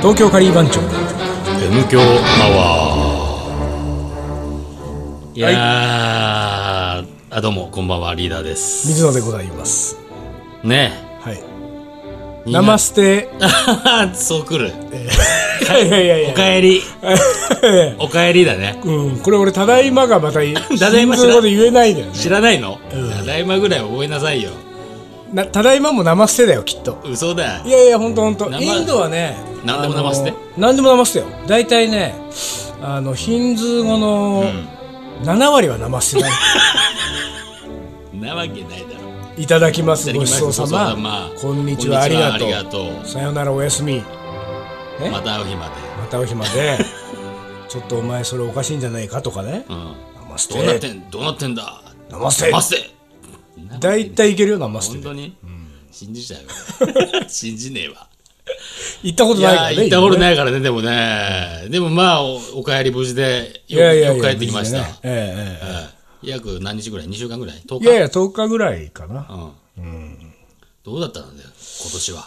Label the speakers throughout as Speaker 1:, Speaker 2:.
Speaker 1: 東京カリー番長
Speaker 2: N 強アワーいやー、あどうもこんばんはリーダーです
Speaker 1: 水野でございます
Speaker 2: ね
Speaker 1: はい
Speaker 2: え
Speaker 1: ナマステ
Speaker 2: あそうくる
Speaker 1: いやいやいやい
Speaker 2: おかえ り
Speaker 1: や
Speaker 2: おかえりだね
Speaker 1: うんこれ俺ただいまがまた
Speaker 2: ただいま知ら
Speaker 1: 新聞語で言えないんだよね
Speaker 2: 知らないの、
Speaker 1: うん
Speaker 2: ただいまぐらい覚えなさいよ
Speaker 1: なただいまもナマステだよきっと
Speaker 2: 嘘だ
Speaker 1: いやいやほんとほんと
Speaker 2: 生
Speaker 1: インドはね
Speaker 2: 何でも生捨て
Speaker 1: あの何でもナマステよ大体ねあのヒンズー語の7割はナマス テだよ
Speaker 2: なわけないだろ
Speaker 1: いただきま
Speaker 2: い
Speaker 1: す
Speaker 2: ただき
Speaker 1: ご
Speaker 2: ま
Speaker 1: ち
Speaker 2: す
Speaker 1: そうさ
Speaker 2: ごちそう
Speaker 1: ま
Speaker 2: さま
Speaker 1: こんにちはありがと
Speaker 2: こ
Speaker 1: う
Speaker 2: んにちはありがとう
Speaker 1: さよならおやすみえ
Speaker 2: また会う日まで、
Speaker 1: またお暇 でちょっとお前それおかしいんじゃないかとかね
Speaker 2: うん、
Speaker 1: 生ス
Speaker 2: どうなっ
Speaker 1: テ
Speaker 2: てんどうなってんだ
Speaker 1: 生ステ
Speaker 2: マステ
Speaker 1: 大体いけるよ生ステ
Speaker 2: 本
Speaker 1: で
Speaker 2: 当に、信じちゃうよ 信じねえわ
Speaker 1: 行ったこと
Speaker 2: い
Speaker 1: ない
Speaker 2: や
Speaker 1: からね
Speaker 2: 行ったこと
Speaker 1: い
Speaker 2: ないからね、でもね。でもまあ、おお帰り無事でよ、
Speaker 1: いやいや
Speaker 2: よ
Speaker 1: い
Speaker 2: く
Speaker 1: や
Speaker 2: 帰ってきました。
Speaker 1: 無事でねえええ
Speaker 2: うん約何日ぐらい ?2 週間ぐらい ?10
Speaker 1: え
Speaker 2: 日
Speaker 1: いやいや10日ぐらいかな
Speaker 2: うんどうだったんだよ、今年は。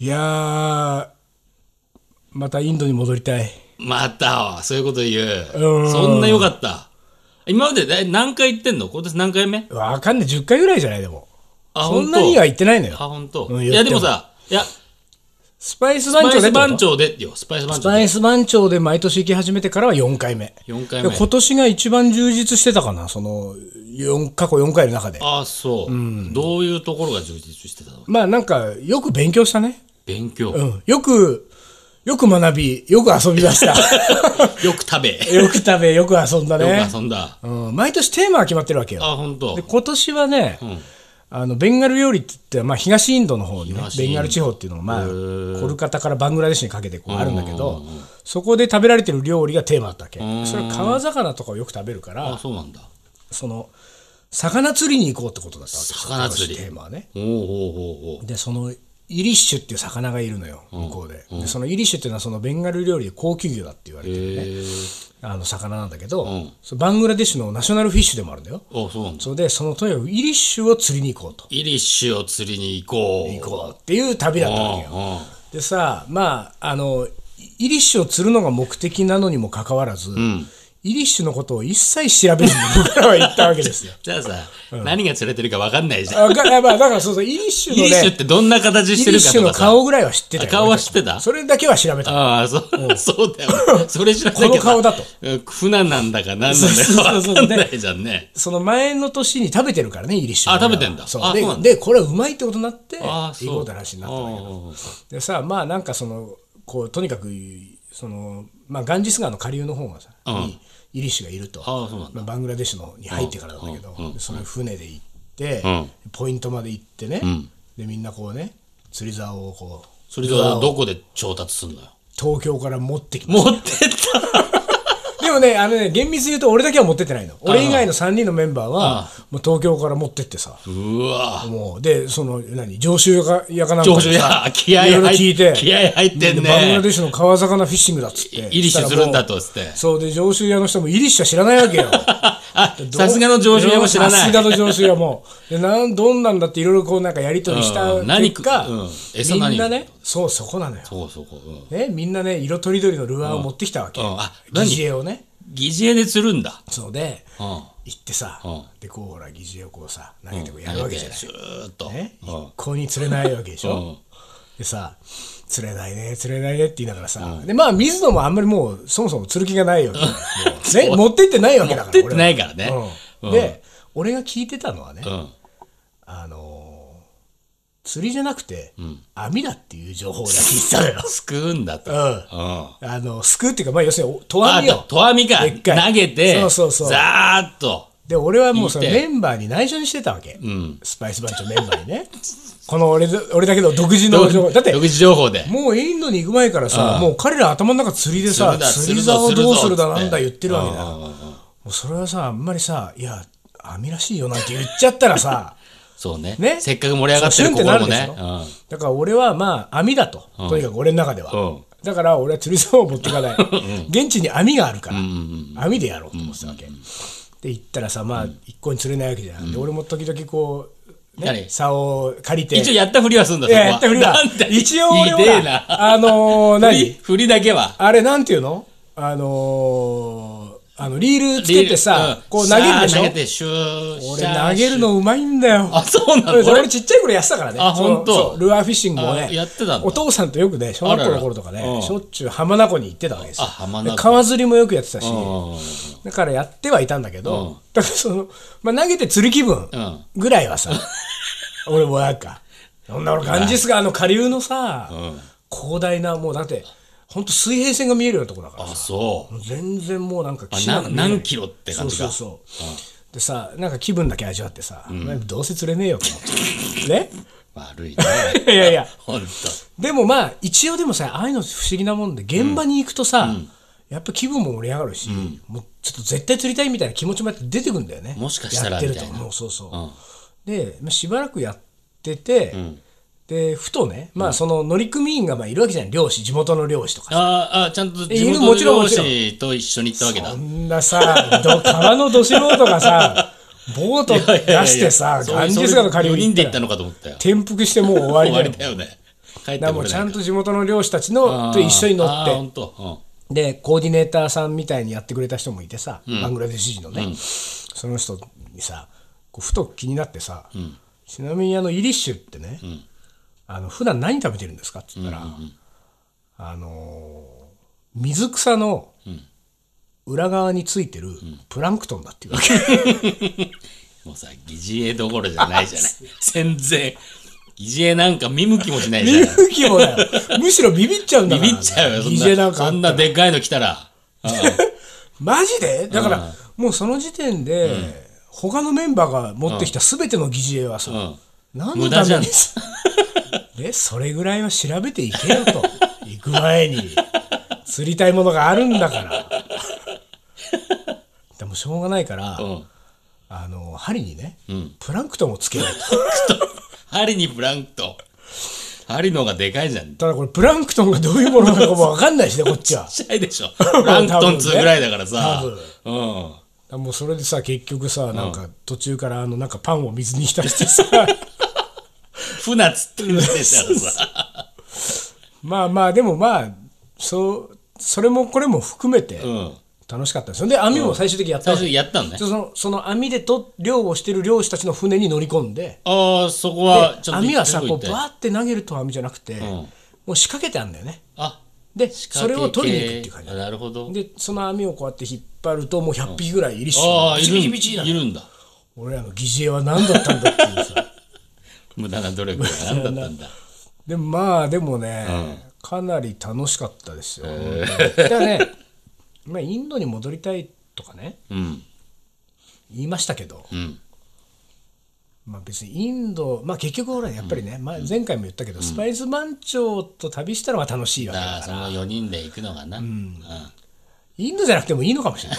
Speaker 1: いやーまたインドに戻りたい
Speaker 2: また、そういうこと言
Speaker 1: う
Speaker 2: う。
Speaker 1: ん
Speaker 2: そんな良かった。今までえ何回行ってんの今年何回目
Speaker 1: わかんない10回ぐらいじゃないでも
Speaker 2: あ、
Speaker 1: そん
Speaker 2: 本
Speaker 1: な
Speaker 2: 当
Speaker 1: には行ってないの
Speaker 2: あ、
Speaker 1: よ
Speaker 2: 本当
Speaker 1: うん
Speaker 2: いや、
Speaker 1: 言っても
Speaker 2: でもさ、いや、ス
Speaker 1: スパイス番
Speaker 2: パ
Speaker 1: 長で
Speaker 2: イス
Speaker 1: ってこと
Speaker 2: 番長でよ、スパイス番
Speaker 1: ス
Speaker 2: 長
Speaker 1: パ
Speaker 2: で。
Speaker 1: イス番長で毎年行き始めてからは4回目
Speaker 2: 4回目
Speaker 1: で。今年が一番充実してたかなその4過去4回の中で
Speaker 2: あ、そう。どういうところが充実してたの
Speaker 1: まあなんかよく勉強したね
Speaker 2: 勉強。
Speaker 1: うん、よく、よく学び、よく遊びま した。
Speaker 2: よく食べ。よ
Speaker 1: よく食べ、よく遊んだね
Speaker 2: く。遊んだ。
Speaker 1: うん、毎年テーマは決まってるわけよ。
Speaker 2: あ、本当
Speaker 1: で今年はね、あのベンガル料理って言って、まあ、東インドの方にね
Speaker 2: 東イン
Speaker 1: ベ
Speaker 2: ド
Speaker 1: ンガル地方っていうのが、まあ、コルカタからバングラデシュにかけてこうあるんだけど、
Speaker 2: う
Speaker 1: そこで食べられてる料理がテーマだったわけ
Speaker 2: ん
Speaker 1: それは川魚とかをよく食べるから
Speaker 2: あ、そうなんだ。
Speaker 1: その魚釣りに行こうってことだったわけ
Speaker 2: 魚釣り
Speaker 1: 今年テーマはね
Speaker 2: おうおうおうおう
Speaker 1: でそのイリッシュっていう魚がいるのよ向こうで,、でそのイリッシュっていうのはそのベンガル料理で高級魚だって言われてるね
Speaker 2: へえ。
Speaker 1: あの魚なんだけど、
Speaker 2: ん
Speaker 1: そうバングラデシュのナショナルフィッシュでもあるんだよ
Speaker 2: あ、そうなんだ。
Speaker 1: それでそのとにかくイリッシュを釣りに行こうと
Speaker 2: イリッシュを釣りに行こう。
Speaker 1: 行こうっていう旅だったわけよ
Speaker 2: う
Speaker 1: でさまああのイリッシュを釣るのが目的なのにもかかわらず、イリッシュのことを一切調べずに僕らは行ったわけ ですよ
Speaker 2: じゃあさ、何が釣れてるか分かんないじゃん。
Speaker 1: あがまあだからそうそうイリッシュ
Speaker 2: イ
Speaker 1: の
Speaker 2: リッシュっ
Speaker 1: ね
Speaker 2: てどんな形し
Speaker 1: イ
Speaker 2: て
Speaker 1: リッ
Speaker 2: るか
Speaker 1: シュ
Speaker 2: と
Speaker 1: の
Speaker 2: かさ。
Speaker 1: 顔ぐらいは知ってたよ
Speaker 2: あ顔は知ってた
Speaker 1: それだけは調べた
Speaker 2: ああ、 そう、そうだよね。それ知らなきゃ。
Speaker 1: この顔だと
Speaker 2: うん。船なんだか何なんだ
Speaker 1: そう
Speaker 2: か
Speaker 1: そうそう
Speaker 2: 分かんないじゃんね。
Speaker 1: その前の年に食べてるからね、イリッシュの
Speaker 2: あ食べてんだ
Speaker 1: そう
Speaker 2: あ
Speaker 1: で
Speaker 2: そうなんだ
Speaker 1: で、これはうまいってことになって、
Speaker 2: ああ、そう。
Speaker 1: 行こうって話になったんだけど。
Speaker 2: あ
Speaker 1: でさ、まあなんかその、こう、とにかく、その、まあガンジス川の下流の方がさ、
Speaker 2: ん
Speaker 1: にイリッシュがいると、
Speaker 2: ああそうなんだ
Speaker 1: まあ、バングラデシュの方に入ってからなんだけど、でその船で行って、
Speaker 2: ん
Speaker 1: ポイントまで行ってね、で、みんなこうね、釣り竿をこう、
Speaker 2: それじゃあどこで調達すんのよ。
Speaker 1: 東京から持ってきまし
Speaker 2: 持ってっ た。
Speaker 1: たでもね、あのね、厳密に言うと俺だけは持ってってないの。俺以外の3人のメンバーは、もう東京から持ってってさ、
Speaker 2: うわ
Speaker 1: もう、で、その、何、常習やか、やかなんか
Speaker 2: 上州や
Speaker 1: さ、
Speaker 2: 気合
Speaker 1: いろいろ
Speaker 2: 入っ
Speaker 1: 聞いて、
Speaker 2: 気合入ってんね
Speaker 1: でバングラデシュの川魚フィッシングだっつって。
Speaker 2: イリッシュするんだとっつって。
Speaker 1: そうで、常習屋の人もイリッシュは知らないわけ よ。
Speaker 2: あ、さすがの上州屋も知らな
Speaker 1: さ
Speaker 2: い
Speaker 1: す。がの常習屋も。で、なん、どんなんだっていろいろこうなんかやりとりした
Speaker 2: うん何
Speaker 1: 結
Speaker 2: く
Speaker 1: 果、
Speaker 2: うん餌何
Speaker 1: みんなね、そう、そこなのよ。
Speaker 2: そうそうこう。うん
Speaker 1: ね、みんなね、色とりどりのルアーを持ってきたわけ。
Speaker 2: うんうんあ
Speaker 1: 疑似餌をね。
Speaker 2: 疑似餌で釣るんだ。
Speaker 1: そうで、
Speaker 2: うん。
Speaker 1: 行ってさ
Speaker 2: うん、
Speaker 1: で、こうほら、疑似餌をこうさ、投げてこうやるわけじゃない。
Speaker 2: ずーっと。
Speaker 1: ね、
Speaker 2: うん
Speaker 1: 一向に釣れないわけでしょ、
Speaker 2: うん
Speaker 1: でさ釣れないね釣れないねって言いながらさ、でまあ水野もあんまりもうそもそも釣る気がないわけ、もうね、持ってってないわけだから
Speaker 2: 持ってってないから
Speaker 1: 俺
Speaker 2: ね
Speaker 1: はうん
Speaker 2: うん
Speaker 1: で俺が聞いてたのはね、
Speaker 2: うん。
Speaker 1: あのー釣りじゃなくて、網だっていう情報が聞いてたのよ
Speaker 2: すくうんだと。
Speaker 1: うん
Speaker 2: うん。
Speaker 1: あのすくうっていうかまあ要するにお投
Speaker 2: あ
Speaker 1: 網
Speaker 2: と、
Speaker 1: よ
Speaker 2: とわみか
Speaker 1: でっかい
Speaker 2: 投げて、
Speaker 1: そうそうそう
Speaker 2: ザーッと。
Speaker 1: で俺はもうその
Speaker 2: 引い
Speaker 1: メンバーに内緒にしてたわけ、
Speaker 2: ん
Speaker 1: スパイス番長メンバーにねこの俺だ俺だけど独自の 情報だって
Speaker 2: 独自情報で。
Speaker 1: もうインドに行く前からさ、もう彼ら頭の中釣りで
Speaker 2: 釣
Speaker 1: さ
Speaker 2: る、だ
Speaker 1: 釣り竿をどうするだ
Speaker 2: 釣るぞ
Speaker 1: なんだ言ってるわけだ。
Speaker 2: うん
Speaker 1: も
Speaker 2: うんうん
Speaker 1: うそれはさ、あんまりさ、いや、網らしいよなんて言っちゃったら さ、
Speaker 2: そうね
Speaker 1: ね。
Speaker 2: せっかく盛り上がって
Speaker 1: そう
Speaker 2: る
Speaker 1: シュンってな
Speaker 2: 心
Speaker 1: る
Speaker 2: も
Speaker 1: で
Speaker 2: ね
Speaker 1: し。ょ。だから俺はまあ網だと、とにかく俺の中では。
Speaker 2: うん
Speaker 1: だから俺は釣り竿を持っていかない。現地に網があるから、網でやろうと思ってたわけ。で行ったらさ、まあ一向に釣れないわけじゃん。で俺も時々こう、
Speaker 2: 誰
Speaker 1: ね、差を借りて。
Speaker 2: 一応やったふりはすんだ、
Speaker 1: い
Speaker 2: そこ
Speaker 1: や
Speaker 2: は。
Speaker 1: やったふりは
Speaker 2: なんだ。
Speaker 1: 一応俺
Speaker 2: ひでえ
Speaker 1: は
Speaker 2: な。
Speaker 1: な、あ のー、
Speaker 2: ふり
Speaker 1: 何
Speaker 2: ふりだけは。
Speaker 1: あれなんていうのあのー、あの、リールつけてさ、こう投げるでし
Speaker 2: さあ投
Speaker 1: ょ
Speaker 2: げて、シュー。
Speaker 1: 俺
Speaker 2: シャー
Speaker 1: 投げる。のうまいんだよ。
Speaker 2: あそうなの
Speaker 1: 俺それ俺ちっちゃい頃やってたからね。
Speaker 2: あ
Speaker 1: その
Speaker 2: ほんと
Speaker 1: そうルアーフィッシングを
Speaker 2: あ
Speaker 1: ね。
Speaker 2: やってたんだ
Speaker 1: お父さんとよくね、小学校の頃とか
Speaker 2: あららう
Speaker 1: ね
Speaker 2: ん、
Speaker 1: しょっちゅう浜名湖に行ってたわけですよ
Speaker 2: あ浜名湖
Speaker 1: で川釣りもよくやってたし、
Speaker 2: シ
Speaker 1: だからやってはいたんだけ
Speaker 2: うん
Speaker 1: ど、だからその、まあ投げて釣り気分
Speaker 2: うん
Speaker 1: ぐらい はさ、俺もなんか、そんな俺ガンジス川の下流のさ
Speaker 2: ん、
Speaker 1: 広大な、もうだって、ほんと水平線が見えるようなとこだから
Speaker 2: うん。
Speaker 1: さ
Speaker 2: あ、そう。
Speaker 1: もう全然もうなんか
Speaker 2: あ
Speaker 1: 岸
Speaker 2: な
Speaker 1: なんか見えない
Speaker 2: 何キロって感じ
Speaker 1: そ
Speaker 2: か。
Speaker 1: うそうそう、でさなんか気分だけ味わってさ、まあどうせ釣れねえよと思 ってね
Speaker 2: 悪いね。
Speaker 1: いやいや
Speaker 2: ほんと。
Speaker 1: でもまあ一応でもさああいうの不思議なもんで現場に行くとさ、やっぱ気分も盛り上がるし、もうちょっと絶対釣りたいみたいな気持ちもやって出てくんだよね
Speaker 2: もしかしたら
Speaker 1: やってると
Speaker 2: みたいな
Speaker 1: もうそうそう、
Speaker 2: うん
Speaker 1: で、まあ、しばらくやってて、でふとねまあその乗組員がまあいるわけじゃない漁師地元の漁師とか
Speaker 2: ああ、ちゃんと地
Speaker 1: 犬
Speaker 2: 元
Speaker 1: もちろん
Speaker 2: の
Speaker 1: も
Speaker 2: 漁
Speaker 1: ちろん
Speaker 2: 師と一緒に行ったわけだ
Speaker 1: そ。んなさ、ど川のど素人がさ、ボート
Speaker 2: いやいやいや
Speaker 1: 出してさ、
Speaker 2: そう
Speaker 1: ガンジス川の下流
Speaker 2: 4人
Speaker 1: に
Speaker 2: で
Speaker 1: 行っ
Speaker 2: 行った
Speaker 1: たら
Speaker 2: のかと思ったよ。
Speaker 1: 転覆してもう終わり
Speaker 2: 終
Speaker 1: だ
Speaker 2: わ
Speaker 1: よ。
Speaker 2: りだよね。帰って
Speaker 1: だからも
Speaker 2: こ
Speaker 1: う
Speaker 2: れ
Speaker 1: ち
Speaker 2: な
Speaker 1: ゃ
Speaker 2: い
Speaker 1: んと地元の漁師たちのと一緒に乗
Speaker 2: あ
Speaker 1: っ
Speaker 2: ーほん
Speaker 1: て、
Speaker 2: と。
Speaker 1: で、コーディネーターさんみたいにやってくれた人もいてさ、バングラデシュ人のね、その人にさ、こうふと気になってさ、ちなみにあの、イリッシュってね、あの普段何食べてるんですかって言ったら、あのー水草の裏側についてるプランクトンだっていうわけ。
Speaker 2: うんもうさ、疑似絵どころじゃな いじゃない。全然。疑似絵なんか見向きもし ないじゃない。
Speaker 1: 勇気もだよ。むしろビビっちゃうんだ
Speaker 2: ビ
Speaker 1: から。
Speaker 2: ビっちゃうよ、そ
Speaker 1: DJ
Speaker 2: ん
Speaker 1: なんかあっ
Speaker 2: な。そ
Speaker 1: た
Speaker 2: ん
Speaker 1: ら
Speaker 2: なでっかいの来たら。
Speaker 1: マジでだから、もうその時点で、他のメンバーが持ってきた全ての疑似絵はさ、
Speaker 2: ん
Speaker 1: 何の
Speaker 2: 無
Speaker 1: た
Speaker 2: 駄じ
Speaker 1: め
Speaker 2: ゃん
Speaker 1: にさ で、それぐらいは調べていけよ と。行く前に。釣りたいものがあるんだから。でもしょうがないから、
Speaker 2: うん。
Speaker 1: あの、針にね、プランクトンをつけようと。
Speaker 2: 針にプランクトン。針の方がでかいじゃん。
Speaker 1: ただこれ、プランクトンがどういうものなのかもわかんないしね、こっちは。
Speaker 2: ちっちゃい でしょ。プランクトンつぐらいだからさ。
Speaker 1: 多分ね
Speaker 2: うん。
Speaker 1: あもうそれでさ結局さなんか途中からあのなんかパンを水に浸してさ
Speaker 2: 船釣ってるんでし たらさ。
Speaker 1: まあまあでもまあそうそれもこれも含めて
Speaker 2: うん。
Speaker 1: 楽しかったですよで網も最終的にやった
Speaker 2: 最
Speaker 1: わけ
Speaker 2: 初やったのね
Speaker 1: ち。ょそのその網でと漁をしてる漁師たちの船に乗り込んで
Speaker 2: ああ、そこは、ちょっと
Speaker 1: 網はさ
Speaker 2: ど
Speaker 1: こ
Speaker 2: いうと
Speaker 1: バ
Speaker 2: こ行っ
Speaker 1: ーって投げると網じゃなくて、もう仕掛けてあるんだよね
Speaker 2: たあ、
Speaker 1: でそれを取りに行くっていう感じ
Speaker 2: あなるほど。
Speaker 1: でその網をこうやって引っ張るともう100匹ぐらいいるし、
Speaker 2: ああ、いる
Speaker 1: ビチ
Speaker 2: ん
Speaker 1: ビチビチなの
Speaker 2: いるんだ。
Speaker 1: 俺らの疑似餌は何だったんだっていうさ
Speaker 2: 無駄な努 力が何だったんだ。
Speaker 1: でもまあでもね、かなり楽しかったですよ。だからね、まあ、インドに戻りたいとかね
Speaker 2: うん。
Speaker 1: 言いましたけど、
Speaker 2: ん
Speaker 1: まあ、別にインド、まあ、結局ほらやっぱりね、まあ、前回も言ったけど、スパイス番長と旅したのが楽しいわけだ
Speaker 2: あ
Speaker 1: か
Speaker 2: あ、
Speaker 1: ら
Speaker 2: その4人で行くのがな。うん
Speaker 1: インドじゃなくてもいいのかもしれない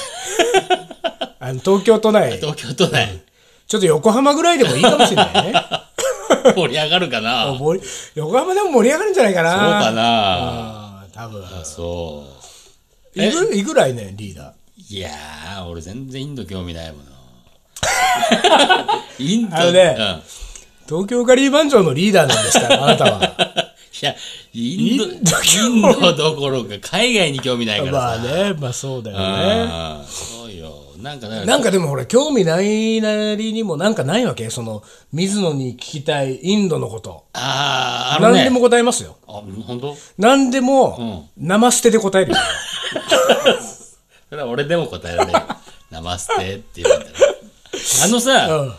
Speaker 1: あの東京都内
Speaker 2: 東京都内、
Speaker 1: ちょっと横浜ぐらいでもいいかもしれないね
Speaker 2: 盛り上がるか な。そう
Speaker 1: 盛り横浜でも盛り上がるんじゃないかな
Speaker 2: かな。
Speaker 1: あー多分
Speaker 2: そう。
Speaker 1: いくいくらいねリーダー
Speaker 2: いやー、俺全然インド興味ない もの。インド
Speaker 1: あのね
Speaker 2: うん、
Speaker 1: 東京ガリー番長のリーダーなんですから、あなたは。
Speaker 2: いや、インド、
Speaker 1: インド興
Speaker 2: インドどころか海外に興味ないからさ。
Speaker 1: まあね、まあそうだよね。
Speaker 2: あーそうよ。なんかだから
Speaker 1: なんかでもほら、興味ないなりにもなんかないわけその、水野に聞きたいインドのこと。
Speaker 2: あー、あのね。
Speaker 1: 何でも答えますよ。
Speaker 2: あ、本当？
Speaker 1: 何でも、生捨てで答える よ。
Speaker 2: それは俺でも答えられる。ナマステって言われたら。あのさ、
Speaker 1: うん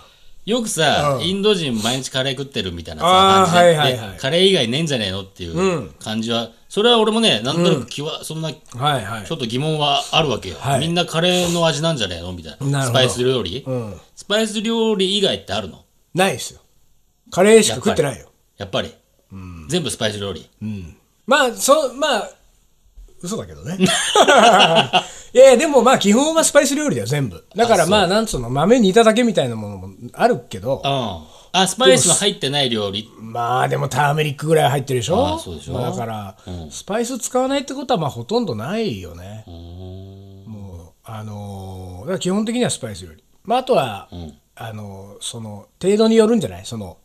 Speaker 2: よくさ、インド人毎日カレー食ってるみたいなさ、
Speaker 1: あー
Speaker 2: 感じで
Speaker 1: はいはいはい
Speaker 2: でカレー以外ねえんじゃねえのっていう感じは、それは俺もね、なんとなく気は、そんな、ち
Speaker 1: はいはい
Speaker 2: ょ。っと疑問はあるわけよ。
Speaker 1: はい
Speaker 2: みんなカレーの味なんじゃねえのみたいな。
Speaker 1: なるほど
Speaker 2: スパイス料理、
Speaker 1: ん
Speaker 2: スパイス料理以外ってあるの
Speaker 1: ないですよ。カレーしか食ってないよ。
Speaker 2: やっぱり。全部スパイス料理。
Speaker 1: まあ、そ、まあ、嘘だけどね。 いやいや、でもまあ、基本はスパイス料理だよ、全部。だからまあ、なんつうの、豆煮ただけみたいなものもあるけど、
Speaker 2: うんあ、スパイスの入ってない料理。
Speaker 1: まあでもターメリックぐらい入ってるでしょ
Speaker 2: あーそうでしょ
Speaker 1: まあだから、スパイス使わないってことはまあほとんどないよね、もうあのーだから基本的にはスパイス料理まああとは、あのその程度によるんじゃないその、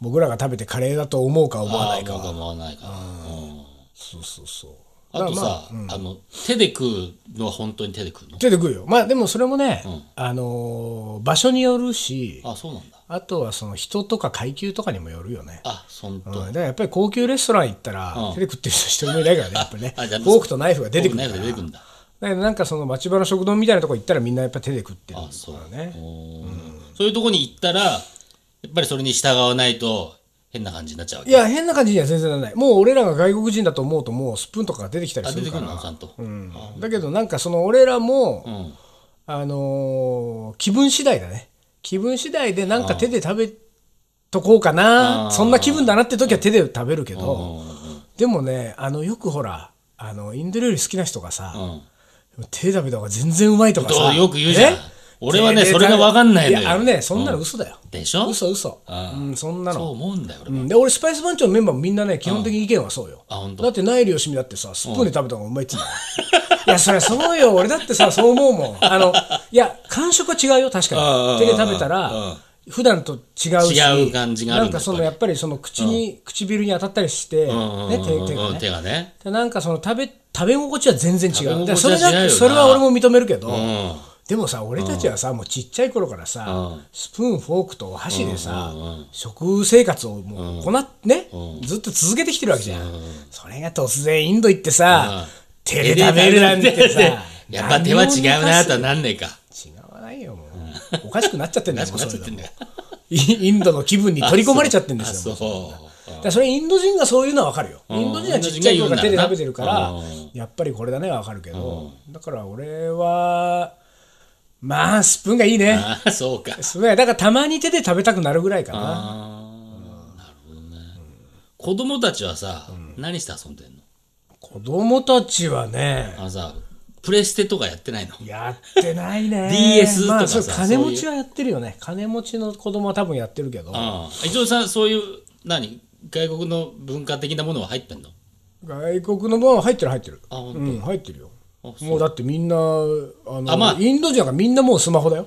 Speaker 1: 僕らが食べてカレーだと思うか思わないか
Speaker 2: あー
Speaker 1: は
Speaker 2: 思うか思わないかうん
Speaker 1: そうそうそう
Speaker 2: あと
Speaker 1: だからま
Speaker 2: さ、あの、手で食うのは本当に手で食うの
Speaker 1: 出てくるよまあでもそれもね、あのー場所によるし
Speaker 2: あ、そうなんだ。
Speaker 1: あとはその人とか階級とかにもよるよね
Speaker 2: あ、そん
Speaker 1: う
Speaker 2: と。
Speaker 1: ん、だからやっぱり高級レストラン行ったら、
Speaker 2: うん
Speaker 1: 手で食ってる人一人もいないからね、やっぱりね、フ
Speaker 2: あじゃあ
Speaker 1: ォークとナイフが出てくるから、
Speaker 2: フォークナイフが出てくるんだ。
Speaker 1: だけどなんかその町場の食堂みたいなとこ行ったら、みんなやっぱ手で食ってるか
Speaker 2: あ、そう。
Speaker 1: らね、
Speaker 2: おーそういうとこに行ったら、やっぱりそれに従わないと変な感じになっちゃうわ
Speaker 1: い
Speaker 2: け。
Speaker 1: や、変な感じには全然ならない、もう俺らが外国人だと思うと、もうスプーンとかが出てきたり
Speaker 2: あ、
Speaker 1: す
Speaker 2: 出
Speaker 1: る
Speaker 2: てく
Speaker 1: か
Speaker 2: る
Speaker 1: ら、
Speaker 2: のちゃんと。あ
Speaker 1: だけどなんかその俺らも、
Speaker 2: うん。
Speaker 1: あのー気分次第だね、気分次第でなんか手で食べとこうかな、
Speaker 2: あー
Speaker 1: そんな気分だなって時は手で食べるけ
Speaker 2: う
Speaker 1: ど、
Speaker 2: んうん
Speaker 1: でもね、あのよくほら、あのインド料理好きな人がさ、
Speaker 2: うん。
Speaker 1: 手食べた方が全然うまいとか
Speaker 2: そ
Speaker 1: さ
Speaker 2: うよく言うじゃん
Speaker 1: ね
Speaker 2: 俺はね
Speaker 1: 手で
Speaker 2: それが分かんないのよ
Speaker 1: やあのねそんなの嘘だよ、
Speaker 2: でしょ
Speaker 1: 嘘嘘
Speaker 2: ああ
Speaker 1: うんそんな
Speaker 2: そう
Speaker 1: の
Speaker 2: 思うんだよ、俺
Speaker 1: う
Speaker 2: も。
Speaker 1: んで俺スパイス番長のメンバーもみんなね基本的に意見はそうよ
Speaker 2: あ、本
Speaker 1: だっ
Speaker 2: 当。
Speaker 1: てナイルよしみだってさスプーンで食べた方がうまいっつうんだよいやそりゃそうよ俺だってさそう思う もんあのいや感触は違うよ確
Speaker 2: あ
Speaker 1: か
Speaker 2: あ
Speaker 1: に手で食べたら
Speaker 2: ああ
Speaker 1: 普段と違うし
Speaker 2: 違う感じがある
Speaker 1: なんん
Speaker 2: だ
Speaker 1: かその
Speaker 2: や
Speaker 1: や
Speaker 2: っ
Speaker 1: っぱりその口に唇に当たったりしてね
Speaker 2: うん
Speaker 1: 手
Speaker 2: うんうん
Speaker 1: 手が
Speaker 2: うん
Speaker 1: ね
Speaker 2: 手がね。
Speaker 1: でなんかその食べ食べ心地は全然違う
Speaker 2: 食べ心地は
Speaker 1: でそれだ
Speaker 2: 違うよな
Speaker 1: それは俺も認めるけど、
Speaker 2: うん。
Speaker 1: でもさ俺たちはさ、もうちっちゃい頃からさ、
Speaker 2: うん
Speaker 1: スプーンフォークとお箸でさ、
Speaker 2: うんうん
Speaker 1: 食生活をもう行っ、ね、
Speaker 2: うん
Speaker 1: ずっと続けてきてるわけじゃん、それが突然インド行ってさ、
Speaker 2: うん
Speaker 1: 手で食べるなんてさ
Speaker 2: やっぱ手は違うなとはなんねえか。
Speaker 1: 違わないよもう、おかしくなっちゃって んだよもう
Speaker 2: なっ
Speaker 1: そ
Speaker 2: ち
Speaker 1: れが
Speaker 2: ゃってん
Speaker 1: も
Speaker 2: だよ。
Speaker 1: うインドの気分に取り込まれちゃってんですよ
Speaker 2: あ
Speaker 1: もう
Speaker 2: そう。
Speaker 1: だからそれインド人がそういうのは分かるよインド人はちっちゃい頃から手で食べてるから
Speaker 2: うん
Speaker 1: やっぱりこれだねは分かるけどだから俺はまあスプーンがいいね
Speaker 2: ああ、そうか。
Speaker 1: スプーンがいいだからたまに手で食べたくなるぐらいかな
Speaker 2: ああ、なるほどね。子供たちはさ、何して遊んでんの
Speaker 1: 子供たちはね
Speaker 2: あのさ、プレステとかやってないの
Speaker 1: やってない ね
Speaker 2: DS とかさ
Speaker 1: まあそう
Speaker 2: そういう
Speaker 1: 金持ちはやってるよね金持ちの子供は多分やってるけど
Speaker 2: ああ一応さ、そういう、何外国の文化的なものは入ってんの
Speaker 1: 外国の分は入ってる入ってる
Speaker 2: あ本当
Speaker 1: うん入ってるよ
Speaker 2: あそう
Speaker 1: もうだってみんなあ
Speaker 2: あまあ
Speaker 1: のインド人なんかみんなもうスマホだよ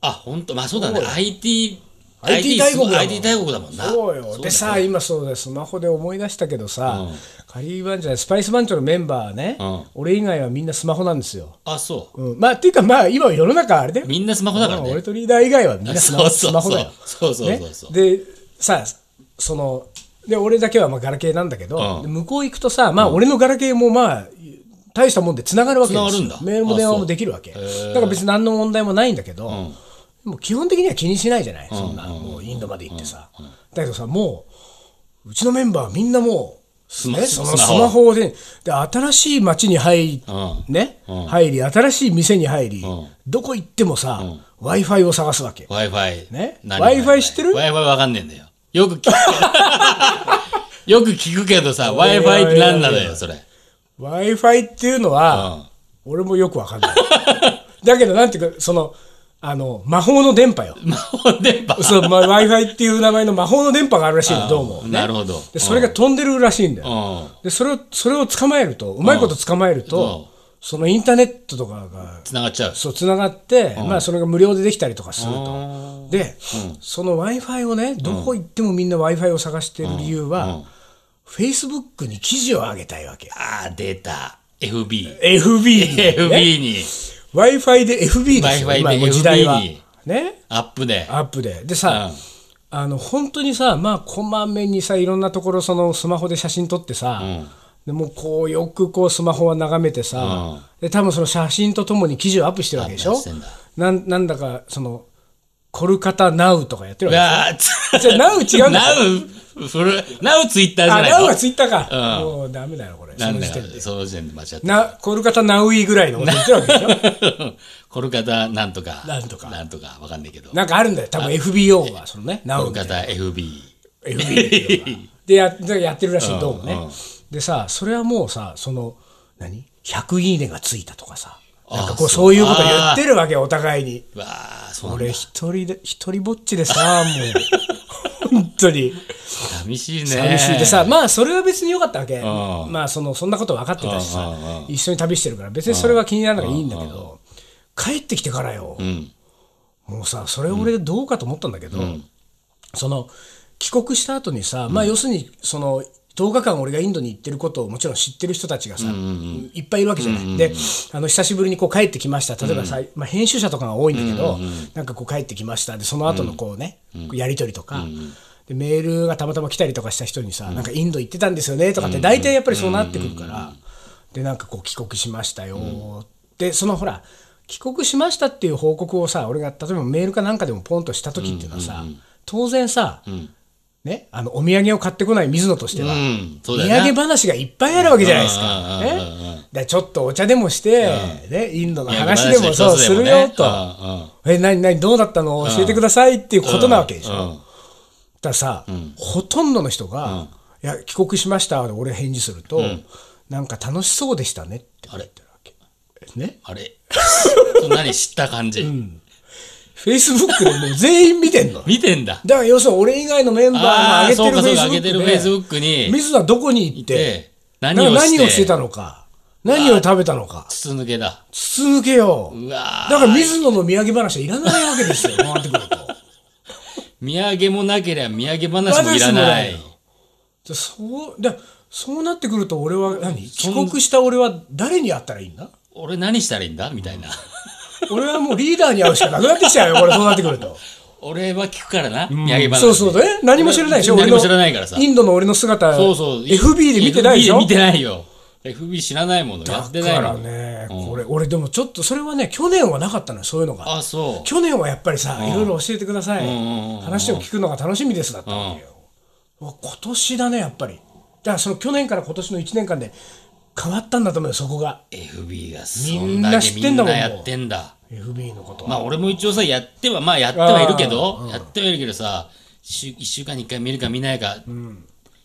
Speaker 2: あ、本当まあそうだね。IT、
Speaker 1: IT 大国だもん
Speaker 2: IT 大国だもんな。
Speaker 1: そうよ
Speaker 2: だ
Speaker 1: でさ今そうだスマホで思い出したけどさ、カリーバンじゃないスパイス番長のメンバーはね、
Speaker 2: うん
Speaker 1: 俺以外はみんなスマホなんですよ、
Speaker 2: あ、そう。
Speaker 1: うん、まあっていうかまあ今世の中あれだよ、
Speaker 2: みんなスマホだから
Speaker 1: まあ
Speaker 2: ね
Speaker 1: 俺。とリーダー以外はみんなスマホ
Speaker 2: そうそうそう
Speaker 1: スマホだよ
Speaker 2: そうそうそうそう
Speaker 1: ね、でさそので俺だけはまあガラケーなんだけど、
Speaker 2: うん
Speaker 1: で向こう行くとさまあ俺のガラケーもまあ大したもんでつながるわけですよ
Speaker 2: 繋がるんだ
Speaker 1: メールも電話
Speaker 2: あそ
Speaker 1: も
Speaker 2: う
Speaker 1: できるわけだ
Speaker 2: ー
Speaker 1: から別に何の問題もないんだけど、もう基本的には気にしないじゃない、そんな、もうインドまで行ってさ、だけどさ、もう、うちのメンバー、みんなもう、
Speaker 2: スマ
Speaker 1: ね、
Speaker 2: ス
Speaker 1: そ
Speaker 2: マ
Speaker 1: の
Speaker 2: ス
Speaker 1: ス
Speaker 2: マホ
Speaker 1: マホで、で新しい街に入,、
Speaker 2: う
Speaker 1: ね
Speaker 2: うん
Speaker 1: 入り、新しい店に入り、
Speaker 2: ん
Speaker 1: どこ行ってもさ、w i f i を探すわけ。
Speaker 2: Wi-Fi。
Speaker 1: ね
Speaker 2: 何が
Speaker 1: Wi-Fi 知ってる
Speaker 2: ?Wi-Fi わかんねえんだよ。よく聞くけど。よく聞くけどさ、Wi-Fi って何なのよ、それ。
Speaker 1: w i f i っていうのは、俺もよくわかんない。 だけど、なんていうか、その、あの魔法の電波よ。
Speaker 2: 魔法電波。
Speaker 1: そう、まあ、w i f i っていう名前の魔法の電波があるらしいの、どうも。
Speaker 2: なるほど。
Speaker 1: でそれが飛んでるらしいんだよ。
Speaker 2: うん。
Speaker 1: でそれをそれを捕まえるとうまいこと捕まえると、そのインターネットとかが
Speaker 2: 繋がっちゃう。
Speaker 1: そうつながって、まあ、それが無料でできたりとかすると、で、その w i f i をねどこ行ってもみんな w i f i を探してる理由は、フェイスブックに記事を上げたいわけ。
Speaker 2: ああ、出た。FB。
Speaker 1: FB に、ね、
Speaker 2: FB に。
Speaker 1: w i f i で FB ですよ
Speaker 2: Wi-Fi で
Speaker 1: 今もう時代は
Speaker 2: FB に。
Speaker 1: ね
Speaker 2: アップで。
Speaker 1: アップで。でさ、
Speaker 2: うん
Speaker 1: あの本当にさ、まあ、こまめにさ、いろんなところ、そのスマホで写真撮ってさ、でもうこうよくこうスマホは眺めてさ、で多分その写真とともに記事をアップしてるわけでし
Speaker 2: アッ
Speaker 1: ょ
Speaker 2: プしてんだ。
Speaker 1: なんなんだか、その、コルカタナウとかやってるわ
Speaker 2: あ
Speaker 1: け
Speaker 2: あ、
Speaker 1: じゃあ、ナウ違うんだよ。
Speaker 2: なう、フル、なうツイッターじゃ
Speaker 1: あ、
Speaker 2: ない
Speaker 1: ナウ
Speaker 2: の
Speaker 1: はツイッターか。もうダメだよ、これ。
Speaker 2: な
Speaker 1: そ
Speaker 2: ん
Speaker 1: の
Speaker 2: だ
Speaker 1: 時
Speaker 2: か
Speaker 1: 点で。
Speaker 2: その時点で間違ってる。
Speaker 1: なコルカタナウイぐらいのこと言ってるわけでしょ
Speaker 2: コルカタなんとか。
Speaker 1: なんとか
Speaker 2: なんとか、わかんないけど。
Speaker 1: なんかあるんだよ、多分 FBO は、その ね、ナ
Speaker 2: コ
Speaker 1: ウ
Speaker 2: ル
Speaker 1: みたい
Speaker 2: カ
Speaker 1: な
Speaker 2: タ FB。
Speaker 1: FB でやでやってるらしいどうもね、でさそれはもうさその何100いいねがついたとかさなんかこ
Speaker 2: あ
Speaker 1: うそういうこと言ってるわけよお互いに
Speaker 2: うわあ、そうなんだ
Speaker 1: 俺一人で一人ぼっちでさもう 本当に
Speaker 2: 寂しいね。
Speaker 1: 寂しいでさまあそれは別に良かったわけまあそのそんなこと分かってたし
Speaker 2: う
Speaker 1: さ
Speaker 2: んう
Speaker 1: 一緒に旅してるから別にそれは気にならなきゃいいんだけど帰ってきてからよ
Speaker 2: うん。
Speaker 1: もうさ、それ俺どうかと思ったんだけど、その、帰国した後にさ、まあ要するに、その、10日間俺がインドに行ってることをもちろん知ってる人たちがさ、いっぱいいるわけじゃない。で、あの、久しぶりにこう帰ってきました。例えばさ、まあ編集者とかが多いんだけど、なんかこう帰ってきました。で、その後のこうね、やりとりとか、で、メールがたまたま来たりとかした人にさ、なんかインド行ってたんですよね、とかって大体やっぱりそうなってくるから、で、なんかこう帰国しましたよ。で、そのほら、帰国しましたっていう報告をさ、俺が例えばメールかなんかでもポンとした時っていうのはさ、当然さ、ね、あのお土産を買ってこない水野としては、
Speaker 2: うん
Speaker 1: 土
Speaker 2: そうだよね
Speaker 1: 産話がいっぱいあるわけじゃないですか。
Speaker 2: うんうんうんうんうん
Speaker 1: ね、だからちょっとお茶でもして、ね、インドの話でも
Speaker 2: 土産話の
Speaker 1: そう
Speaker 2: 一つ
Speaker 1: す
Speaker 2: でも
Speaker 1: る
Speaker 2: ね
Speaker 1: よと、
Speaker 2: うんうん
Speaker 1: え、何、何、どうだったの教えてくださいっていうことなわけでしょ。
Speaker 2: うんう
Speaker 1: だ
Speaker 2: ん
Speaker 1: からさ、ほとんどの人が、いや、帰国しましたで俺返事すると、なんか楽しそうでしたねって言ってるわけ。ね。
Speaker 2: あれそんなに知った感じ、
Speaker 1: フェイスブックでもう全員見てんの。
Speaker 2: 見てんだ
Speaker 1: だから要するに俺以外のメンバーが
Speaker 2: ああー
Speaker 1: 上げ
Speaker 2: そうかそうか上げ
Speaker 1: て
Speaker 2: て
Speaker 1: る
Speaker 2: る
Speaker 1: フェ
Speaker 2: フ
Speaker 1: イ
Speaker 2: ェイ
Speaker 1: ス
Speaker 2: ス
Speaker 1: ブ
Speaker 2: ブ
Speaker 1: ック
Speaker 2: ックに
Speaker 1: で水野はどこに行って
Speaker 2: で何をして
Speaker 1: 何をしてたのか何を食べたのか
Speaker 2: 筒抜けだ
Speaker 1: 筒抜けよ
Speaker 2: うわー
Speaker 1: だから水野の土産話はいらないわけです よ回ってくる
Speaker 2: 土産もなければ土産話も
Speaker 1: と
Speaker 2: いらない
Speaker 1: でそうだそうなってくると俺は何帰国した俺は誰に会ったらいいんだ
Speaker 2: 俺何したらいいんだみたいな
Speaker 1: 俺はもうリーダーに会うしかなくなってきちゃうよこれそうなってくる と
Speaker 2: 俺は聞くからな、土産話
Speaker 1: そうそうだえ何も知らないでしょ
Speaker 2: 何
Speaker 1: 俺
Speaker 2: も
Speaker 1: の
Speaker 2: 知らないからさ
Speaker 1: インドの俺の姿
Speaker 2: そうそう
Speaker 1: FB で見てないでし
Speaker 2: FB
Speaker 1: ょ
Speaker 2: 見てないよ FB 知らないものやって
Speaker 1: だ
Speaker 2: な
Speaker 1: か
Speaker 2: い
Speaker 1: ら
Speaker 2: の、
Speaker 1: ね、これ俺でもちょっとそれはね去年はなかったのよそういうのが
Speaker 2: あそう
Speaker 1: 去年はやっぱりさ、いろいろ教えてください、
Speaker 2: んうんうんうん
Speaker 1: 話を聞くのが楽しみですだったわけよ、うわ今年だねやっぱりだからその去年から今年の1年間で変わったんだと思うよそこが
Speaker 2: FB が
Speaker 1: み
Speaker 2: そ
Speaker 1: ん
Speaker 2: ん
Speaker 1: な
Speaker 2: だ
Speaker 1: 知
Speaker 2: け
Speaker 1: っ
Speaker 2: み
Speaker 1: てん
Speaker 2: ん
Speaker 1: だもん
Speaker 2: なやってんだ
Speaker 1: FB のことは、
Speaker 2: まあ俺も一応さやってはまあやってはいるけどやってはいるけどさ週1週間に1回見るか見ないか、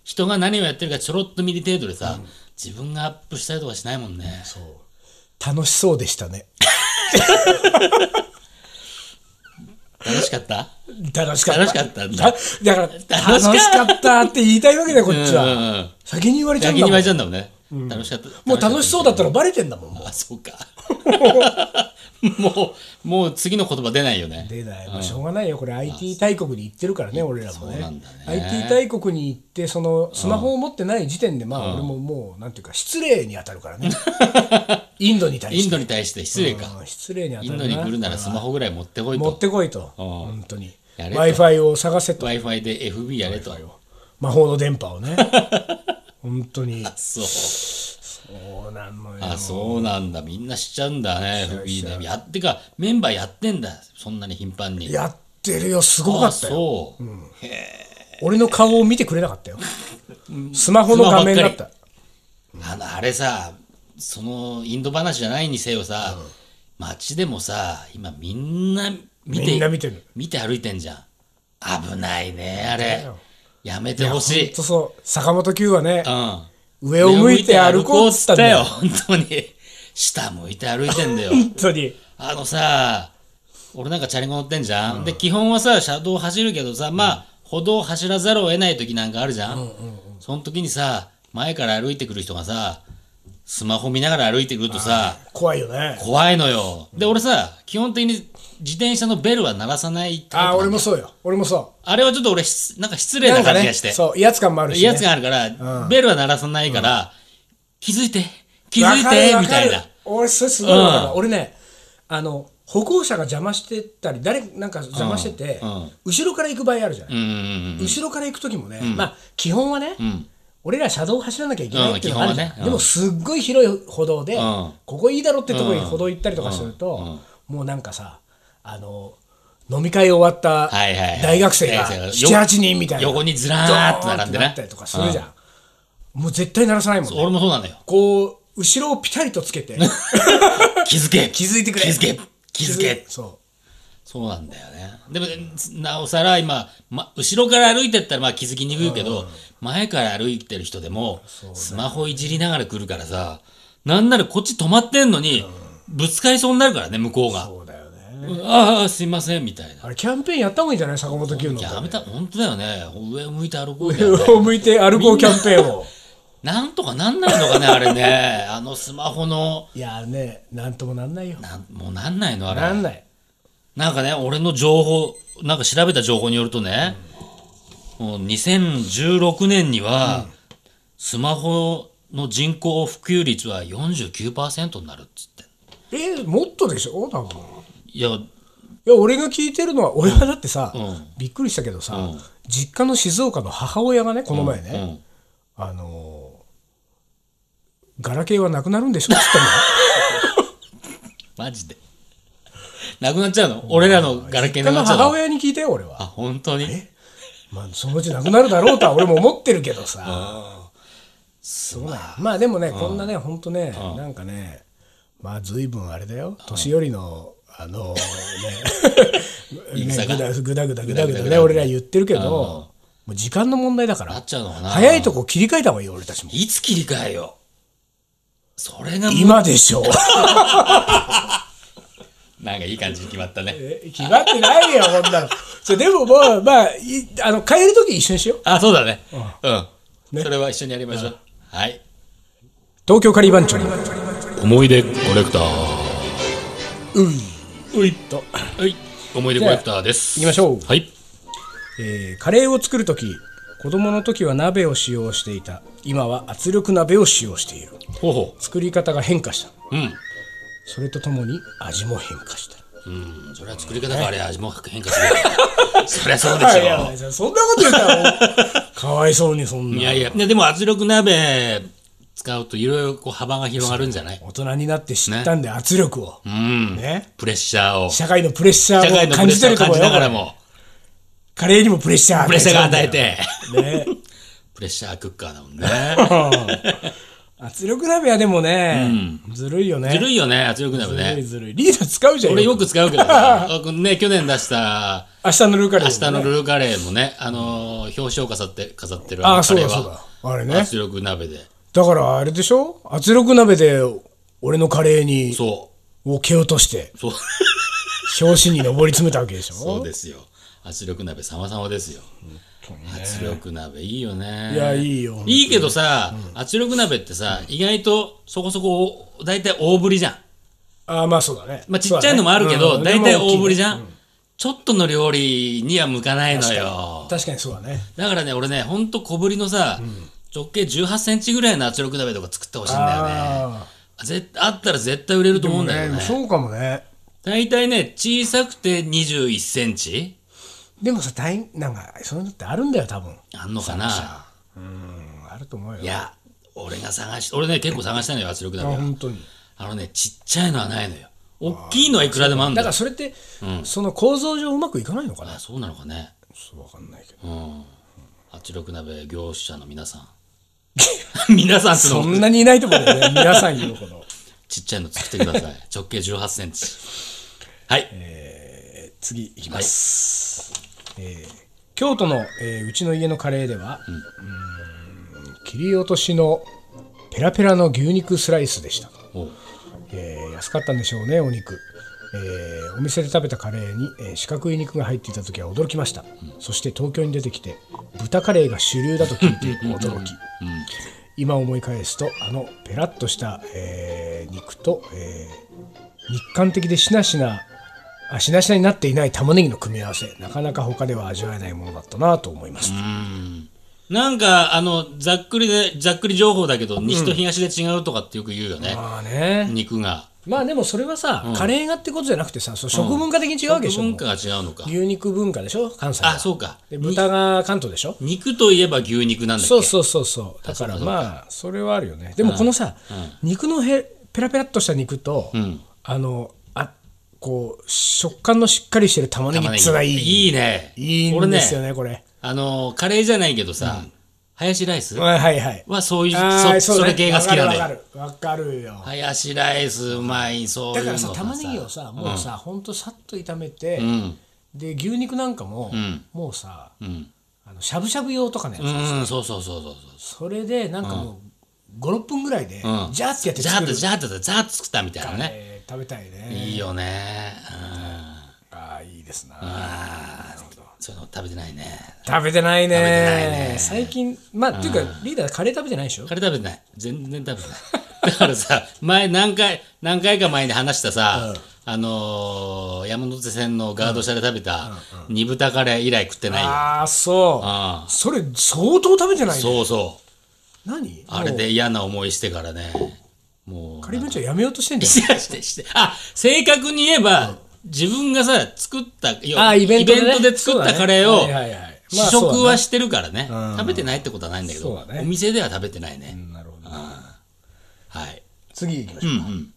Speaker 2: 人が何をやってるかちょろっと見る程度でさ、自分がアップしたりとかしないもんね
Speaker 1: そう楽しそうでしたね
Speaker 2: 楽しかった
Speaker 1: 楽しかった
Speaker 2: 楽しかったんだ
Speaker 1: だから楽
Speaker 2: しか
Speaker 1: しかったって言いたいわけだよこっちは、
Speaker 2: うんうんうん
Speaker 1: 先に言われちゃうん
Speaker 2: 先
Speaker 1: だ
Speaker 2: に言
Speaker 1: も
Speaker 2: わ
Speaker 1: ん
Speaker 2: れちゃうんだもんね、楽しかった
Speaker 1: もう楽しそうだったらバレてんだもんもう
Speaker 2: あそうか もうもう次の言葉出ないよね
Speaker 1: 出ない、まあ、しょうがないよ、これ、IT 大国に行ってるからね、俺らも
Speaker 2: そう
Speaker 1: ね
Speaker 2: なんだね。
Speaker 1: IT 大国に行って、そのスマホを持ってない時点で、まあ、俺ももう、なんていうか、失礼に当たる からね、インドに対
Speaker 2: イ
Speaker 1: し
Speaker 2: ン
Speaker 1: て。
Speaker 2: ドに対して失礼か、
Speaker 1: うん失礼に当
Speaker 2: イ
Speaker 1: た
Speaker 2: ン
Speaker 1: る
Speaker 2: ドに来るならスマホぐらい持ってこい
Speaker 1: 持っ
Speaker 2: と
Speaker 1: てこいと、
Speaker 2: うん
Speaker 1: 本当に。
Speaker 2: やれと
Speaker 1: w i f i を探せ
Speaker 2: w
Speaker 1: と、
Speaker 2: i f i で FB やれと
Speaker 1: 魔法の電波を ね、本当に。
Speaker 2: そう
Speaker 1: そうなのよ。
Speaker 2: あそうなんだみんな知っちゃうんだね FB ねやってかメンバーやってんだそんなに頻繁に
Speaker 1: やってるよ、すごか
Speaker 2: あ
Speaker 1: ったよ。
Speaker 2: そう、
Speaker 1: 俺の顔を見てくれなかったよ。スマホの画面だっ
Speaker 2: スマホば
Speaker 1: た。
Speaker 2: あのあれさそのインド話じゃないにせよさ、街でもさ今みんな見て
Speaker 1: みんな見てる
Speaker 2: 見て歩いてんじゃん危ないねあ
Speaker 1: だ
Speaker 2: れ
Speaker 1: よ
Speaker 2: やめてほしい
Speaker 1: 本当そう、坂本九はね、
Speaker 2: うん
Speaker 1: 上を向いて歩こうっつったんだよ。
Speaker 2: 本当に下向いて歩いてん だよ
Speaker 1: 本当に。
Speaker 2: あのさ俺なんかチャリンコ乗ってんじゃん、で基本はさ車道走るけどさまあ、歩道を走らざるを得ない時なんかあるじゃん,、その時にさ前から歩いてくる人がさスマホ見ながら歩いてくるとさ
Speaker 1: 怖いよね。
Speaker 2: 怖いのよで俺さ基本的に自転車のベルは鳴らさないタイプ
Speaker 1: あ
Speaker 2: な
Speaker 1: あ、
Speaker 2: の
Speaker 1: 俺もそうよ。俺もそ
Speaker 2: あれはちょっと俺しなんか失
Speaker 1: う。
Speaker 2: 礼な
Speaker 1: か
Speaker 2: 感じがして、
Speaker 1: そう、威圧感もあるし、ね。
Speaker 2: 威圧があるから、ベルは鳴らさないから、気づいて、気づい
Speaker 1: わかる
Speaker 2: て、
Speaker 1: わ
Speaker 2: み
Speaker 1: か
Speaker 2: た
Speaker 1: る
Speaker 2: いな。
Speaker 1: 俺、それすごいわかる、
Speaker 2: うん
Speaker 1: 俺ね、あの、歩行者が邪魔してたり、誰なんか邪魔してて、
Speaker 2: うんうん
Speaker 1: 後ろから行く場合あるじゃない。
Speaker 2: うんうんうん。
Speaker 1: 後ろから行く時もね、まあ、基本はね、俺ら車道を走らなきゃいけないっていうのがあるじゃん
Speaker 2: うん基本はねうん
Speaker 1: でも、すっごい広い歩道で、
Speaker 2: ん
Speaker 1: ここいいだろってとこに歩道行ったりとかすると、もうなんかさ、あの、飲み会終わった
Speaker 2: はいはいはい
Speaker 1: 大学生が
Speaker 2: 大学生がよ
Speaker 1: 78人みたいな
Speaker 2: 横にずらーっと並んで
Speaker 1: ドーンってな
Speaker 2: ね
Speaker 1: ったりとかするじゃん、もう絶対鳴らさないもんね
Speaker 2: 俺もそうなのよ。
Speaker 1: こう後ろをピタリとつけて
Speaker 2: 気づけ。
Speaker 1: 気づいてくれ
Speaker 2: 気づけ。気づけ。
Speaker 1: そ
Speaker 2: そうなんだよね。でも、なおさら今、ま、後ろから歩いてったらまあ気づきにくいけど、前から歩いてる人でも、スマホいじりながら来るからさ、なんならこっち止まってんのに、ぶつかりそうになるからね、向こう
Speaker 1: う
Speaker 2: が。
Speaker 1: そうだよね
Speaker 2: うんああ、すいません、みたいな。
Speaker 1: あれキャンペーンやった方がいいんじゃない坂本九の
Speaker 2: やめた、本当だよね。上を向いて歩こうだよね。
Speaker 1: 上を 向いて歩こうキャンペーンを
Speaker 2: なんとかなんないのかね、あれね。 あのスマホの、
Speaker 1: いやねなんともなんないよ
Speaker 2: なんもうなんないの、あれ。
Speaker 1: な
Speaker 2: なんん
Speaker 1: ない
Speaker 2: なんかね、俺の情報、なんか調べた情報によるとね、もう2016年には、スマホの人口普及率は49%になるっつって。
Speaker 1: えーもっとでしょ多分
Speaker 2: いや、
Speaker 1: いや俺が聞いてるのは俺はだってさ、
Speaker 2: ん
Speaker 1: びっくりしたけどさ、実家の静岡の母親がねこの前ね、
Speaker 2: うん。
Speaker 1: あのーガラケーはなくなるんでしょっつったの よ
Speaker 2: マジで。なくなっちゃうの俺らのガラケ
Speaker 1: 実家
Speaker 2: ーなくな
Speaker 1: の
Speaker 2: っちゃう
Speaker 1: 母
Speaker 2: の
Speaker 1: 親に聞いたよ俺は、
Speaker 2: あ、本当に
Speaker 1: まあ、そのうちなくなるだろうとは俺も思ってるけどさそうだよまあでもねこんなねほんとねなんかねまあ随分あれだよ年寄りのあの ーね
Speaker 2: い草
Speaker 1: ね
Speaker 2: が
Speaker 1: ぐだぐだぐだぐだぐ
Speaker 2: ぐだぐだ
Speaker 1: だ
Speaker 2: ぐ
Speaker 1: ね
Speaker 2: だ
Speaker 1: 俺ら言ってるけどもう時間の問題だか
Speaker 2: な
Speaker 1: ら
Speaker 2: っちゃうのかな
Speaker 1: 早いとこ切り替えた方がいいよ俺たちも
Speaker 2: いつ切り替えよう。それがもう
Speaker 1: 今で しょ
Speaker 2: なんかいい感じに決まったね。
Speaker 1: え決まってないよこんなのそうでもまあまあいあの帰る時一緒にしよう
Speaker 2: あ、そうだね。うん。
Speaker 1: ね
Speaker 2: それは一緒にやりましょう。はい。
Speaker 1: 東京カリー番長
Speaker 2: 思い出コレクター。
Speaker 1: ういっと
Speaker 2: はい。思い出コレクターです。
Speaker 1: じゃあ行きましょう
Speaker 2: はい。
Speaker 1: えーカレーを作る時子供の時は鍋を使用していた今は圧力鍋を使用している
Speaker 2: ほうほ
Speaker 1: 作り方が変化した
Speaker 2: う。うん。
Speaker 1: それとともに味も変化した
Speaker 2: うん。それは作り方があれ、味も変化す る。そりゃそうでしょ。
Speaker 1: やそんなこと言ったら かわいそうにそん
Speaker 2: い
Speaker 1: な
Speaker 2: やいや、ねでも圧力鍋使うといろいろこう幅が広がるんじゃない
Speaker 1: 大人になって知ったんで圧力を
Speaker 2: うん。
Speaker 1: ね
Speaker 2: プレッシャーを。社
Speaker 1: 社会のプレッシャ
Speaker 2: 会
Speaker 1: ーを
Speaker 2: のプレ
Speaker 1: 感
Speaker 2: ッ
Speaker 1: じ
Speaker 2: シャ
Speaker 1: てる
Speaker 2: ーを
Speaker 1: と
Speaker 2: 感
Speaker 1: こ
Speaker 2: じ
Speaker 1: よ
Speaker 2: ながらも、
Speaker 1: カレーにもプレッシャー
Speaker 2: プレッシャーが与えて、
Speaker 1: ね
Speaker 2: プレッシャークッカーだもんね。
Speaker 1: 圧力鍋はでもね、ずるいよね
Speaker 2: ずるいよね、圧力鍋
Speaker 1: ずるい
Speaker 2: ね。
Speaker 1: ずるいリーダー使うじゃん
Speaker 2: 俺よく使うけ どさ、あこのね、去年出した、
Speaker 1: 明日のルーカレー
Speaker 2: 明
Speaker 1: もね、
Speaker 2: 日のルーカレーもね、あのー表紙を飾って、飾ってる
Speaker 1: あ
Speaker 2: の
Speaker 1: あ
Speaker 2: カ
Speaker 1: そう
Speaker 2: レー
Speaker 1: だそうだ
Speaker 2: は、
Speaker 1: あれね
Speaker 2: 圧力鍋で。
Speaker 1: だからあれでしょ圧力鍋で俺のカレーに
Speaker 2: そ
Speaker 1: を蹴落として
Speaker 2: う、そう、
Speaker 1: 表紙に上り詰めたわけでしょ
Speaker 2: そうですよ。圧力鍋様々ですよ。圧力鍋いいよね。
Speaker 1: いやいいよ
Speaker 2: いいけどさ、圧力鍋ってさ、意外とそこそこ、大体大ぶりじゃん。
Speaker 1: ああまあそうだね
Speaker 2: まあ、ちっちゃいのもあるけど、
Speaker 1: そうだね
Speaker 2: 大体大ぶりじゃ
Speaker 1: うん
Speaker 2: ん。ちょっとの料理には向かないのよ。
Speaker 1: 確かにそうだね
Speaker 2: だからね、俺ね、ほんと小ぶりのさ、直径18センチぐらいの圧力鍋とか作ってほしいんだよね。
Speaker 1: あ
Speaker 2: ぜあったら絶対売れると思うんだけど
Speaker 1: あ
Speaker 2: ね。
Speaker 1: そうかもね
Speaker 2: 大体ね、小さくて21センチ
Speaker 1: でもさ大なんかそういうのってあるんだよ多分
Speaker 2: あんのかな
Speaker 1: うんあると思うよ
Speaker 2: いや、俺が探し、俺ね、結構探したのよ、圧力
Speaker 1: あ
Speaker 2: 鍋は。
Speaker 1: 本当に
Speaker 2: あのね、ちっちゃいのはないのよ。大きいのはいくらでもあるん
Speaker 1: だ
Speaker 2: だ
Speaker 1: か
Speaker 2: よ。
Speaker 1: らそれって、その構造上うまくいかないのかな
Speaker 2: あそうなのかね。
Speaker 1: そうわかんないけど
Speaker 2: うん。圧力鍋業者の皆さん。皆さんって
Speaker 1: そ
Speaker 2: のも
Speaker 1: んなにいないと思うよね皆さん言うほど
Speaker 2: ちっちゃいの作ってください。直径18センチ。はい。
Speaker 1: 次いきます、えー京都の、えーうちの家のカレーでは、うーん切り落としのペラペラの牛肉スライスでした、
Speaker 2: おう
Speaker 1: えー安かったんでしょうねお肉、えーお店で食べたカレーに、えー四角い肉が入っていた時は驚きました、そして東京に出てきて豚カレーが主流だと聞いて驚き今思い返すとあのペラッとした、えー肉と、えー肉感的でしなしなあしなしなになっていない玉ねぎの組み合わせなかなか他では味わえないものだったなと思います、
Speaker 2: なんか、あの、ざっくりで、ざっくり情報だけど、西と東で違うとかってよく言うよね。
Speaker 1: まあね
Speaker 2: 肉が。
Speaker 1: まあでもそれはさ、カレーがってことじゃなくてさその食文化的に違うわけでしょ、
Speaker 2: 文化が違うのか。
Speaker 1: 牛肉文化でしょ関西は
Speaker 2: あ、そうか。
Speaker 1: で豚が関東でしょ
Speaker 2: 肉といえば牛肉なんだっけ
Speaker 1: そうそうそうそうだから
Speaker 2: あそうかそうか
Speaker 1: まあそれはあるよねでもこのさ、肉のへペラペラっとした肉と、あのあこう食感のしっかりしてる玉ねぎ
Speaker 2: 玉
Speaker 1: っ
Speaker 2: ね
Speaker 1: つうのがい
Speaker 2: ぎ。
Speaker 1: い
Speaker 2: いいね。
Speaker 1: いいんですよねこれ
Speaker 2: あの、カレーじゃないけどさ、ハヤシライス
Speaker 1: はいはいはい
Speaker 2: はそういう、
Speaker 1: あー
Speaker 2: そそれ系が好きなん
Speaker 1: わ
Speaker 2: だ
Speaker 1: か
Speaker 2: よ。
Speaker 1: るわかるわかるよ
Speaker 2: ハヤシライスうまい、そうい
Speaker 1: だ
Speaker 2: う
Speaker 1: か
Speaker 2: のが
Speaker 1: らさ玉ねぎをさもうさ、ほんとさっと炒めて、
Speaker 2: うん。
Speaker 1: で牛肉なんかも、
Speaker 2: ん
Speaker 1: もうさ
Speaker 2: うん。
Speaker 1: あのしゃぶしゃぶ用とかね、
Speaker 2: うん、そうそうそうそうそう。
Speaker 1: それでなんかもう56分ぐらいで、
Speaker 2: うん
Speaker 1: ジャーってやって
Speaker 2: ジャー
Speaker 1: 作
Speaker 2: ッと
Speaker 1: る、
Speaker 2: ジャーッとジャーッと作ったみたいなね。
Speaker 1: えー食べたいね
Speaker 2: いいよね。うん。
Speaker 1: ああいいですな
Speaker 2: そういうの食べてないね。
Speaker 1: 食べてないね
Speaker 2: 食べてないね
Speaker 1: 最近まあっていうかリーダーカレー食べてないでしょ
Speaker 2: カレー食べてない。全然食べてない。だからさ、前何回、何回か前に話したさ、あのー山手線のガード車で食べた煮豚カレー以来食ってないよ
Speaker 1: ああ、そうう。それ、相当食べてないね。
Speaker 2: そうそう
Speaker 1: 何
Speaker 2: あれ。で嫌な思いしてからねもう
Speaker 1: カリベンチョやめようとしてんじゃん。
Speaker 2: してしてしてあ正確に言えば、自分がさ作った 要は
Speaker 1: あイベントでね
Speaker 2: で作ったカレー
Speaker 1: そ
Speaker 2: を
Speaker 1: うだねはいはいはいまあ
Speaker 2: 試食はしてるからね、食べてないってことはないんだけ
Speaker 1: そう
Speaker 2: ど、
Speaker 1: だね
Speaker 2: お店では食べてないね、
Speaker 1: なるほどね。
Speaker 2: はい
Speaker 1: 次行きましょう。
Speaker 2: うんうん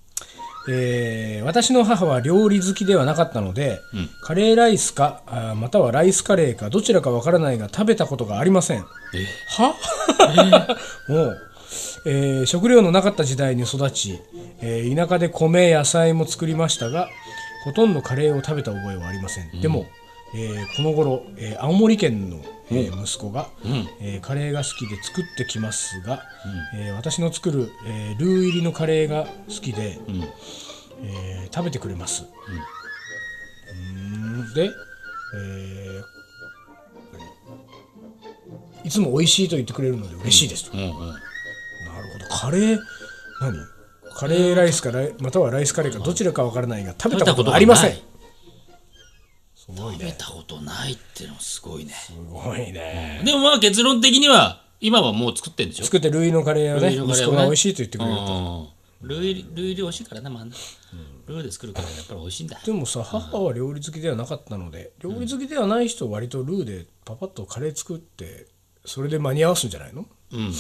Speaker 1: えー私の母は料理好きではなかったので、カレーライスかあーまたはライスカレーかどちらかわからないが食べたことがありません
Speaker 2: え
Speaker 1: は、 もう、えー食料のなかった時代に育ち、えー田舎で米野菜も作りましたがほとんどカレーを食べた覚えはありません、でも、えーこの頃、えー青森県の、えー息子が、えーカレーが好きで作ってきますが、えー私の作る、えールー入りのカレーが好きで、えー食べてくれます、うーんで、えーいつも美味しいと言ってくれるので嬉しいですと、
Speaker 2: うんうん
Speaker 1: なるほどカレー何カレーライスかライまたはライスカレーかどちらかわからないが食べ
Speaker 2: 食べ
Speaker 1: た
Speaker 2: た
Speaker 1: こ
Speaker 2: ことと
Speaker 1: が
Speaker 2: が
Speaker 1: ありません
Speaker 2: ない
Speaker 1: すごい
Speaker 2: 食べたことないってのすごいね
Speaker 1: すごいね
Speaker 2: でもまあ結論的には今はもう作ってんでしょ
Speaker 1: 作ってルイのカレーをね
Speaker 2: ルイのカレ
Speaker 1: 息
Speaker 2: ーをね
Speaker 1: 子が美味しいと言ってくれる
Speaker 2: うんルイルイルイ美味しいからねまあねルイで作るからやっぱり美味しいんだ
Speaker 1: でもさ母は料理好きではなかったので料理好きではない人は割とルーでパパッとカレー作ってそれで間に合わすんじゃないの
Speaker 2: うん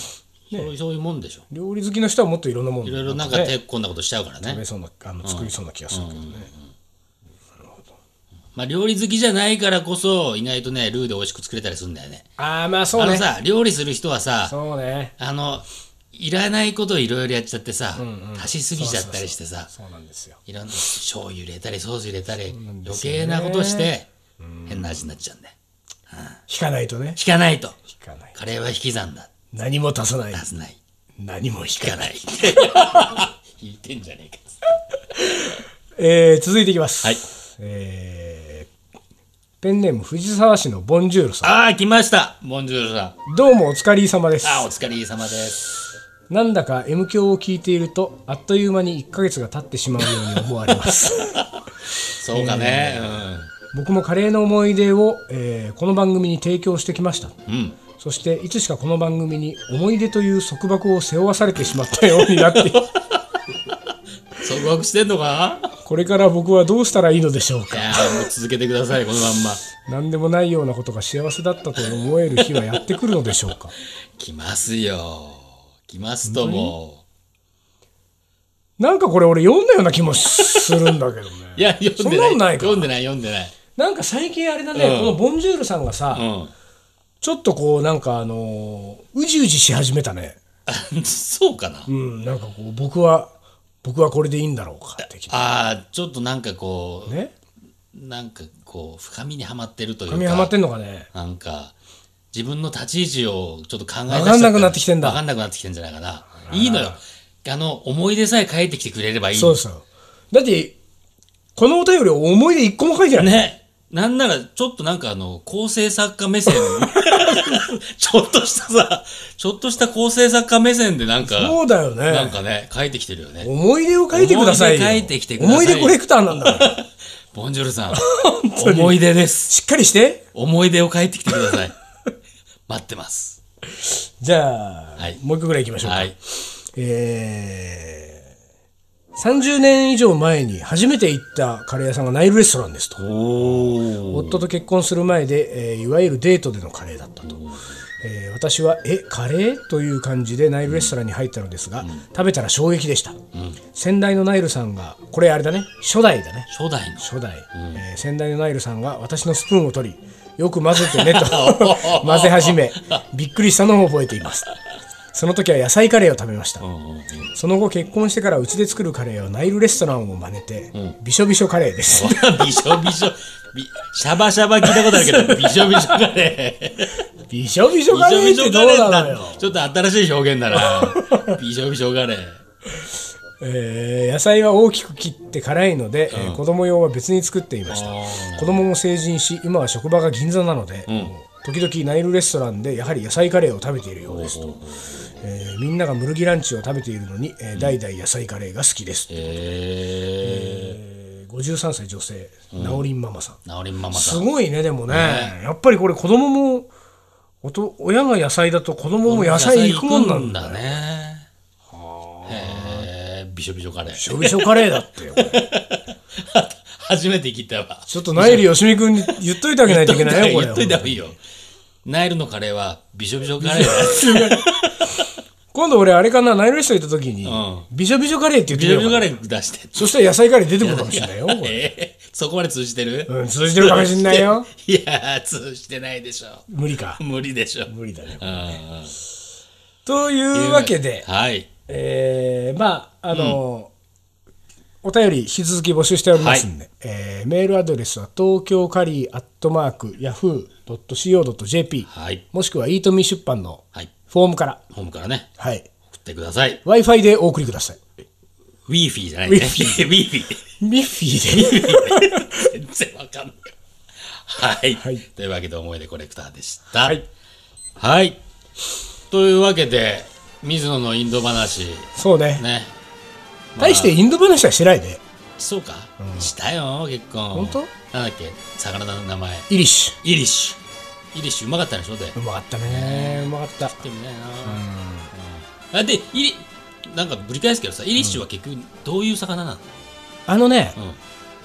Speaker 2: そういうそういうもんでしょ
Speaker 1: 料理好きな人はもっといろんなもの
Speaker 2: いろいろなんか手込んだことしちゃうから
Speaker 1: 食べ
Speaker 2: ね。
Speaker 1: そうなあの作りそうな気がするけどね
Speaker 2: まあ料理好きじゃないからこそ意外とね、ルーで美味しく作れたりするんだよね。
Speaker 1: ああまあそ
Speaker 2: あ
Speaker 1: う
Speaker 2: の
Speaker 1: ね
Speaker 2: さ、料理する人はさ、
Speaker 1: そうね
Speaker 2: あの、いらないことをいろいろやっちゃってさ、足しすぎちゃったりしてさ、
Speaker 1: そうなんですよ
Speaker 2: いろんな醤油入れたりソース入れたり、余計なことして、変な味になっちゃうんだよ。
Speaker 1: 引かないとね
Speaker 2: 引かないと。
Speaker 1: 引かない
Speaker 2: カレーは引き算だ。
Speaker 1: 何も足さない
Speaker 2: 出さない。
Speaker 1: 何も引
Speaker 2: 引
Speaker 1: か
Speaker 2: か
Speaker 1: ない、
Speaker 2: ない。引いてんじゃねえか。
Speaker 1: えー続いていきます、
Speaker 2: はい
Speaker 1: えーペンネーム藤沢市のボンジュールさ
Speaker 2: ああ、来ました。ボンジュールさん。
Speaker 1: んどうもお疲れ様です
Speaker 2: ああ、お疲れ様です。
Speaker 1: なんだか M 響を聞いているとあっという間に1ヶ月が経ってしまうように思われます
Speaker 2: そうかね。
Speaker 1: 僕もカレーの思い出を、えーこの番組に提供してきました
Speaker 2: うん。うん
Speaker 1: そしていつしかこの番組に思い出という束縛を背負わされてしまったようになって
Speaker 2: 束縛してんのか
Speaker 1: これから僕はどうしたらいいのでしょう
Speaker 2: い
Speaker 1: か
Speaker 2: やーもう続けてくださいこのまんま
Speaker 1: 何でもないようなことが幸せだったと思える日はやってくるのでしょうか
Speaker 2: 来ますよ来ますとも
Speaker 1: なんかこれ俺読んだような気もするんだけどね。
Speaker 2: いや読んでな
Speaker 1: そ
Speaker 2: い
Speaker 1: んなんないか
Speaker 2: 読んでない読んでない
Speaker 1: なんか最近あれだね、
Speaker 2: うん
Speaker 1: このボンジュールさんがさ、
Speaker 2: う
Speaker 1: ちょっとこうなんかあのーうじうじし始めたね。
Speaker 2: ん そうかな
Speaker 1: うん、なんかこう僕は、僕はこれでいいんだろうかって気
Speaker 2: ああちょっとなんかこう、
Speaker 1: ね。
Speaker 2: なんかこう深みにはまってるというか
Speaker 1: 髪はまってんのかね。
Speaker 2: なんか自分の立ち位置をちょっと考え出しちゃ
Speaker 1: わかんなくなってきてんだ
Speaker 2: 分かんなくなってきてんじゃないかないいのよあの思い出さえ帰ってきてくれればいい
Speaker 1: そうですよ。だって、このお便り思い出一個も書いてない。
Speaker 2: ね。なんなら、ちょっとなんかあの、構成作家 目線。ちょっとしたさ、ちょっとした構成作家目線でなんか、
Speaker 1: そうだよ
Speaker 2: なん
Speaker 1: ね。
Speaker 2: かね、書いてきてるよ ね。
Speaker 1: 思い出を書いてくださいよ。
Speaker 2: 思い出書いてきてくださいよ
Speaker 1: 思い出コレクターなんだから。
Speaker 2: ボンジョルさん。
Speaker 1: 当に
Speaker 2: 思い出です。
Speaker 1: しっかりして。
Speaker 2: 思い出を書いてきてください。待ってます。
Speaker 1: じゃあ、
Speaker 2: はい
Speaker 1: もう一個ぐらい行きましょうか。
Speaker 2: はい。
Speaker 1: えー30年以上前に初めて行ったカレー屋さんがナイルレストランですと。
Speaker 2: お
Speaker 1: 夫と結婚する前で、えーいわゆるデートでのカレーだったと。えー私は、え、カレーという感じでナイルレストランに入ったのですが、食べたら衝撃でした。先代のナイルさんが、これあれだね、初代だね。
Speaker 2: 初代の。
Speaker 1: 初代、えー先代のナイルさんが私のスプーンを取りよく混ぜてねと混ぜ始めびっくりしたのを覚えていますその時は野菜カレーを食べました、その後結婚してからうちで作るカレーをナイルレストランを真似て、びしょびしょカレーです
Speaker 2: びしょびしょ。びシャバシャバ聞いたことあるけ ど、びしょびしょカレー。
Speaker 1: びしょびしょ
Speaker 2: び
Speaker 1: カ
Speaker 2: しょ
Speaker 1: レー
Speaker 2: び
Speaker 1: っ
Speaker 2: しょ
Speaker 1: てど
Speaker 2: カレ
Speaker 1: う
Speaker 2: ー
Speaker 1: なの
Speaker 2: だ
Speaker 1: よ、。
Speaker 2: ちょっと新しい表現 だな。びしょびしょカレー。
Speaker 1: えー野菜は大きく切って辛いので、えー子供用は別に作っていました子供も成人し今は職場が銀座なので、時々ナイルレストランでやはり野菜カレーを食べているようですとえーみんながムルギランチを食べているのに、えー代々野菜カレーが好きです、
Speaker 2: へえ
Speaker 1: えー53歳女性、ナオリンママさん。
Speaker 2: ナオリンママさ
Speaker 1: す
Speaker 2: ん。
Speaker 1: ごいね、でもね。やっぱりこれ子供も、おと親が野菜だと子供も野菜行くもんなんだ。
Speaker 2: だね。へえ、びしょびしょカレー。
Speaker 1: しょびしょカレーだって よ。
Speaker 2: 初めて聞いたわ。
Speaker 1: ちょっとナイルよしみくんに言っといてあげないといけないよ、これ
Speaker 2: 言っといた方がいいよ。ナイルのカレーはびしょびしょカ レーだ。
Speaker 1: 今度俺あれかな、ナイルレスト行った時に、
Speaker 2: ん
Speaker 1: びしょびしょカレーって言っ
Speaker 2: び
Speaker 1: て
Speaker 2: し
Speaker 1: みよう
Speaker 2: ょびしょ
Speaker 1: か
Speaker 2: カ
Speaker 1: な
Speaker 2: レー出して。
Speaker 1: そしたら野菜カレー出てくるかもしれないよ。これ
Speaker 2: えーそこまで通じてる
Speaker 1: うん、通じてるかもしれないよ。
Speaker 2: いやー、通じてないでしょ。
Speaker 1: 無理か。
Speaker 2: 無理でしょ。
Speaker 1: 無理だね。
Speaker 2: うんうん
Speaker 1: というわけで、
Speaker 2: はい。
Speaker 1: えーまあ、あの、お便り引き続き募集しておりますんで、えーメールアドレスは東京カリーアットマークヤフー .co.jp、
Speaker 2: はい。
Speaker 1: もしくはイートミー出版の
Speaker 2: はい。
Speaker 1: フォームから、
Speaker 2: ホームからね、
Speaker 1: はい、
Speaker 2: 送ってください。
Speaker 1: Wi-Fi でお送りください。
Speaker 2: Wi-Fi じゃないね。Wi-Fi。
Speaker 1: ミッフィーで。
Speaker 2: 全然わかんない。はい。
Speaker 1: はい
Speaker 2: というわけで、思い出コレクターでした。
Speaker 1: はい。
Speaker 2: はいというわけで、水野のインド話、
Speaker 1: そうね。
Speaker 2: ね。
Speaker 1: 大してインド話はしてないね。
Speaker 2: そうか、したよ、結婚。
Speaker 1: 本当
Speaker 2: なんだっけ、魚の名前。
Speaker 1: イリッシ
Speaker 2: イリッシュ。イリッシュ、うまかったでしょ、で。
Speaker 1: ュ。うまかったね。うまかった。
Speaker 2: でもねな、うん、あでイリなんかぶり返すけどさイリッシュは結局どういう魚なの、
Speaker 1: あのね、
Speaker 2: うん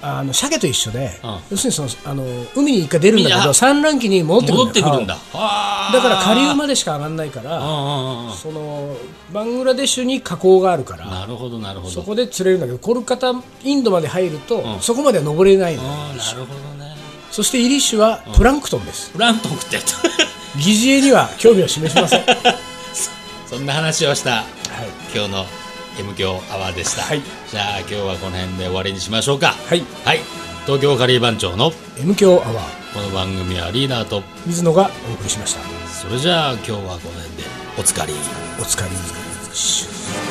Speaker 1: あの鮭と一緒で、
Speaker 2: うん
Speaker 1: 要するにそのあの海に一回出るんだけ
Speaker 2: 海に
Speaker 1: ど
Speaker 2: あ
Speaker 1: 産卵期に戻ってくる
Speaker 2: 戻ってくるんだ
Speaker 1: よ
Speaker 2: あ
Speaker 1: あ
Speaker 2: ー
Speaker 1: だから下流までしか上がらないから
Speaker 2: うんうんうん
Speaker 1: そのバングラデシュに河口があるから
Speaker 2: なるほどなるほど
Speaker 1: そこで釣れるんだけどコルカタインドまで入ると、
Speaker 2: うん
Speaker 1: そこまでは登れないのよ
Speaker 2: あーなるほどね
Speaker 1: そしてイリッシュはプランクトンです、
Speaker 2: プランクトン食ってやった
Speaker 1: 疑似餌には興味を示しませんはい
Speaker 2: そんな話をした今日の M 強アワーでした、
Speaker 1: はい
Speaker 2: じゃあ今日はこの辺で終わりにしましょうか
Speaker 1: はい
Speaker 2: はい東京カリー番長の
Speaker 1: M 強アワー
Speaker 2: この番組はリーダーと
Speaker 1: 水野がお送りしました
Speaker 2: それじゃあ今日はこの辺でおつかり
Speaker 1: お疲れ様です